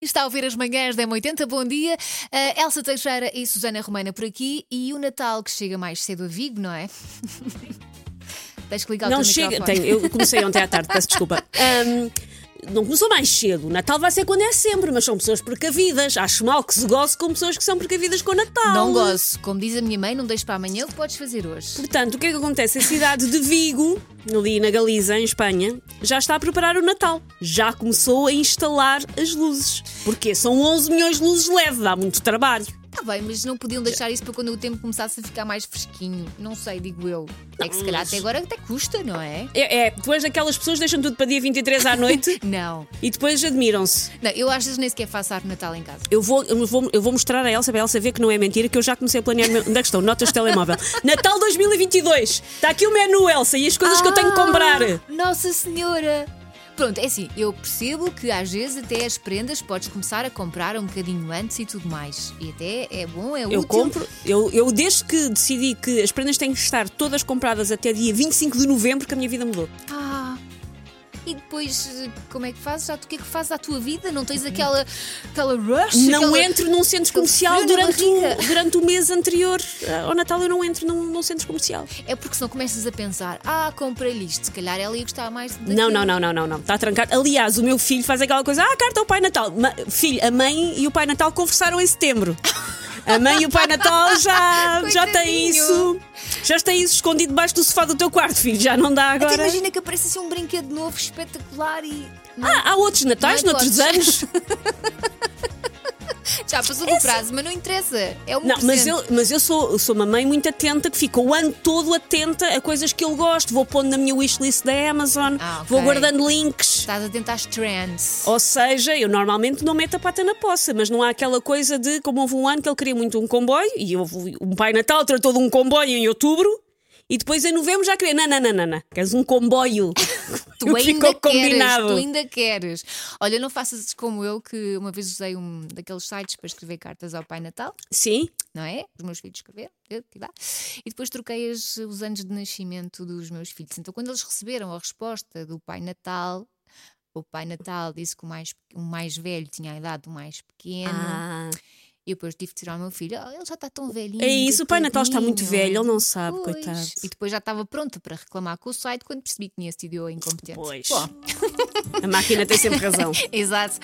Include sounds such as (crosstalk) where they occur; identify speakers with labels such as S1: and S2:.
S1: Está a ouvir as manhãs da M80, bom dia. Ah, Elsa Teixeira e Susana Romana por aqui e o Natal que chega mais cedo a Vigo, não é? (laughs) Tens que ligar o
S2: Não
S1: teu
S2: chega.
S1: microfone.
S2: Tenho, eu comecei ontem à tarde, peço desculpa. Ahm, não começou mais cedo. O Natal vai ser quando é sempre, mas são pessoas precavidas. Acho mal que se goze com pessoas que são precavidas com o Natal.
S1: Não gosto. Como diz a minha mãe, não deixes para amanhã o que podes fazer hoje.
S2: Portanto, o que é que acontece? A cidade de Vigo, ali na Galiza, em Espanha, já está a preparar o Natal. Já começou a instalar as luzes. Porque são 11 milhões de luzes LED, dá muito trabalho.
S1: Está Tá bem, mas não podiam deixar isso para quando o tempo começasse a ficar mais fresquinho. Não sei, digo eu. É que se calhar
S2: mas-
S1: até agora até custa, não é?
S2: É, é, depois aquelas pessoas deixam tudo para dia 23
S1: (laughs)
S2: à noite
S1: Não.
S2: e depois admiram-se.
S1: Não, eu às vezes nem sequer faço árvore de Natal em casa.
S2: Eu vou, eu, vou, eu vou mostrar a Elsa para a Elsa ver que não é mentira, que eu já comecei a planear. o Meu... Onde é que estão? Notas
S1: (laughs)
S2: de telemóvel. Natal 2022! Está aqui o menu, Elsa, e as coisas que eu tenho que comprar.
S1: Ah, Nossa Senhora! Pronto, é assim, eu percebo que às vezes até as prendas podes começar a comprar um bocadinho antes e tudo mais. E até é bom, é útil.
S2: Eu compro, eu, eu desde que decidi que as prendas têm que estar todas compradas até dia 25 de novembro, que a minha vida mudou.
S1: Ah, e depois, eh, como é que fazes? Já, tu- o que é que fazes à tua vida? Não tens aquela, aquela rush?
S2: Uhum. não
S1: aquela...
S2: entro num centro
S1: aquele
S2: comercial
S1: frio na
S2: durante o,
S1: barriga.
S2: durante o mês anterior ah, ao Natal, eu não entro num, num centro comercial.
S1: É porque senão começas a pensar, ah, comprei-lhe isto, se calhar ela ia gostar mais daquilo.
S2: Não, não, não, não, não, não. Está trancado. Aliás, o meu filho faz aquela coisa: ah, carta ao Pai Natal. Ma- filho, a mãe e o Pai Natal conversaram em setembro. A mãe e o Pai Natal
S1: (laughs)
S2: já, já têm
S1: Coitadinho.
S2: isso. Já têm isso escondido debaixo do sofá do teu quarto, filho. Já não dá
S1: Até
S2: agora.
S1: imagina que aparece assim um brinquedo novo, espetacular e.
S2: Ah, há outros natais,
S1: Não é
S2: noutros
S1: (laughs)
S2: anos.
S1: hipótese. Já passou do prazo, mas não interessa. É um
S2: Não, mas
S1: presente.
S2: eu, mas eu sou, eu sou uma mãe muito atenta, que fica o ano todo atenta a coisas que eu gosto. Vou pondo na minha wishlist da Amazon,
S1: Ah, ok.
S2: vou guardando links.
S1: Estás atento às trends.
S2: Ou seja, eu normalmente não meto a pata na poça, mas não há aquela coisa de como houve um ano que ele queria muito um comboio e houve um Pai Natal tratou de um comboio em outubro e depois em novembro já queria, não, não, não, não, não, queres um comboio.
S1: (laughs)
S2: (laughs)
S1: Tu ainda
S2: Ficou
S1: queres,
S2: combinado.
S1: tu ainda queres. Olha, não faças como eu, que uma vez usei um daqueles sites para escrever cartas ao Pai Natal,
S2: Sim,
S1: não é? Os meus filhos escreveram, eu, que dá. e depois troquei as- os anos de nascimento dos meus filhos. Então, quando eles receberam a resposta do Pai Natal, o Pai Natal disse que o mais, o mais velho tinha a idade do mais pequeno,
S2: Ah,
S1: e eu depois tive de tirar o meu filho, "Oh, ele já está tão velhinho.
S2: é isso, o Pai Natal está muito
S1: coitadinho."
S2: velho, ele não sabe,
S1: Pois.
S2: coitado.
S1: E depois já estava pronta para reclamar com o site quando percebi que tinha sido eu a incompetente.
S2: Pois.
S1: Bom,
S2: A máquina tem sempre razão.
S1: exato.